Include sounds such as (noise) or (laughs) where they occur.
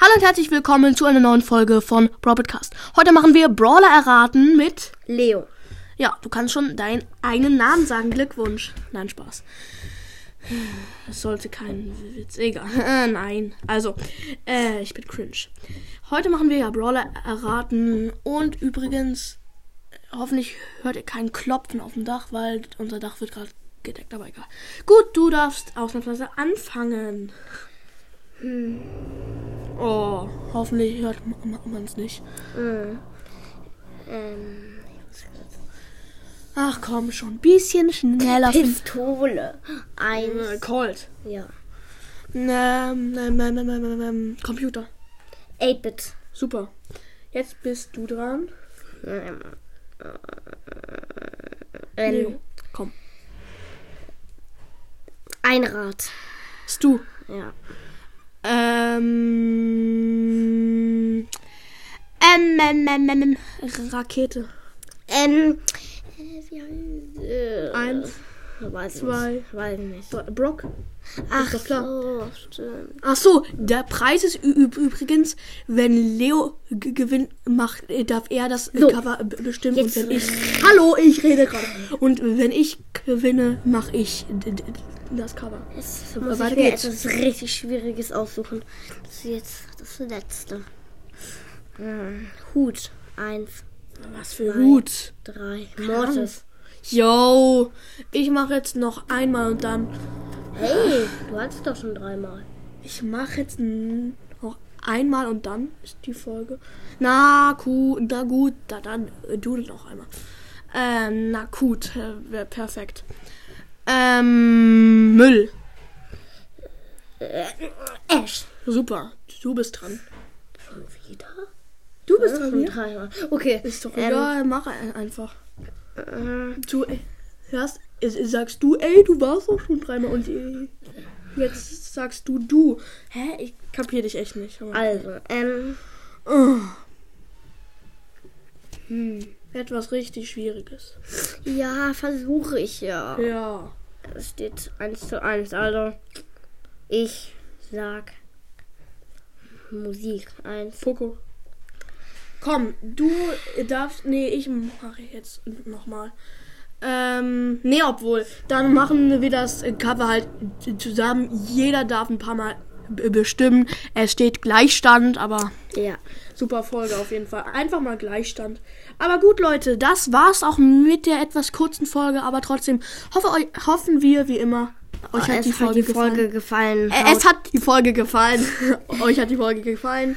Hallo und herzlich willkommen zu einer neuen Folge von Broadcast. Heute machen wir Brawler erraten mit. Leo. Ja, du kannst schon deinen eigenen Namen sagen. Glückwunsch. Nein, Spaß. Es sollte kein Witz. Egal. (laughs) Äh, Nein. Also, äh, ich bin cringe. Heute machen wir ja Brawler erraten. Und übrigens, äh, hoffentlich hört ihr kein Klopfen auf dem Dach, weil unser Dach wird gerade gedeckt, aber egal. Gut, du darfst ausnahmsweise anfangen. Oh, hoffentlich hört man es nicht. Ähm, Ach komm schon, bisschen schneller. Pistole. Äh, Eins. Colt. Ja. Ähm, ähm, ähm, ähm, ähm, ähm, Computer. 8-Bit. Super. Jetzt bist du dran. Ähm, ähm, Leo. Komm. ein Rad. Stu. Ja. Ähm. Ähm, ähm, ähm, ähm, ähm. Rakete. Ähm, äh, wie heißt- äh, Eins. weiß zwei. nicht. Weiß nicht. Bro- Brock. Ach, doch klar. so, stimmt. Ach so, der Preis ist ü üb- übrigens, wenn Leo g- gewinnt, macht, äh, darf er das äh, So. Cover b- bestimmen. Jetzt. Und wenn ich, hallo, ich rede gerade. Und wenn ich gewinne, mache ich d- d- das Cover. Jetzt muss weiter ich mir geht's. etwas richtig Schwieriges aussuchen. Das ist jetzt das letzte. Hm, Hut. Eins, Was für Hut. drei. Mortis. Yo, ich mache jetzt noch einmal und dann. Hey, du hattest doch schon dreimal. Ich mache jetzt n- noch einmal und dann ist die Folge. Na gut, na gut, da dann äh, du noch einmal. Ähm, na gut, äh, wär perfekt. Ähm, Müll. Äh, Ash. Super, du bist dran. Wieder? Du Das ist schon dreimal. Okay. Ist doch Ähm, egal, mach ein- einfach. äh, Du äh, hörst, äh, sagst du, ey, du warst doch schon dreimal und äh, jetzt sagst du, du. Hä? Ich kapier dich echt nicht. aber- Also, ähm, Ugh. Hm, Etwas richtig Schwieriges. ja, versuche ich ja. Ja. Es steht 1 zu 1, also ich sag Musik 1. Poco. Komm, du darfst. Nee, ich mache jetzt nochmal. Ähm, nee, obwohl. Dann machen wir das Cover halt zusammen. Jeder darf ein paar Mal b- bestimmen. Es steht Gleichstand, aber Ja. super Folge auf jeden Fall. Einfach mal Gleichstand. Aber gut, Leute, das war's auch mit der etwas kurzen Folge. Aber trotzdem hoffe, eu- hoffen wir, wie immer, euch Ah, hat, Oh, es die, Folge gefallen. gefallen. Äh, Es hat (laughs) die Folge gefallen. euch hat die Folge gefallen.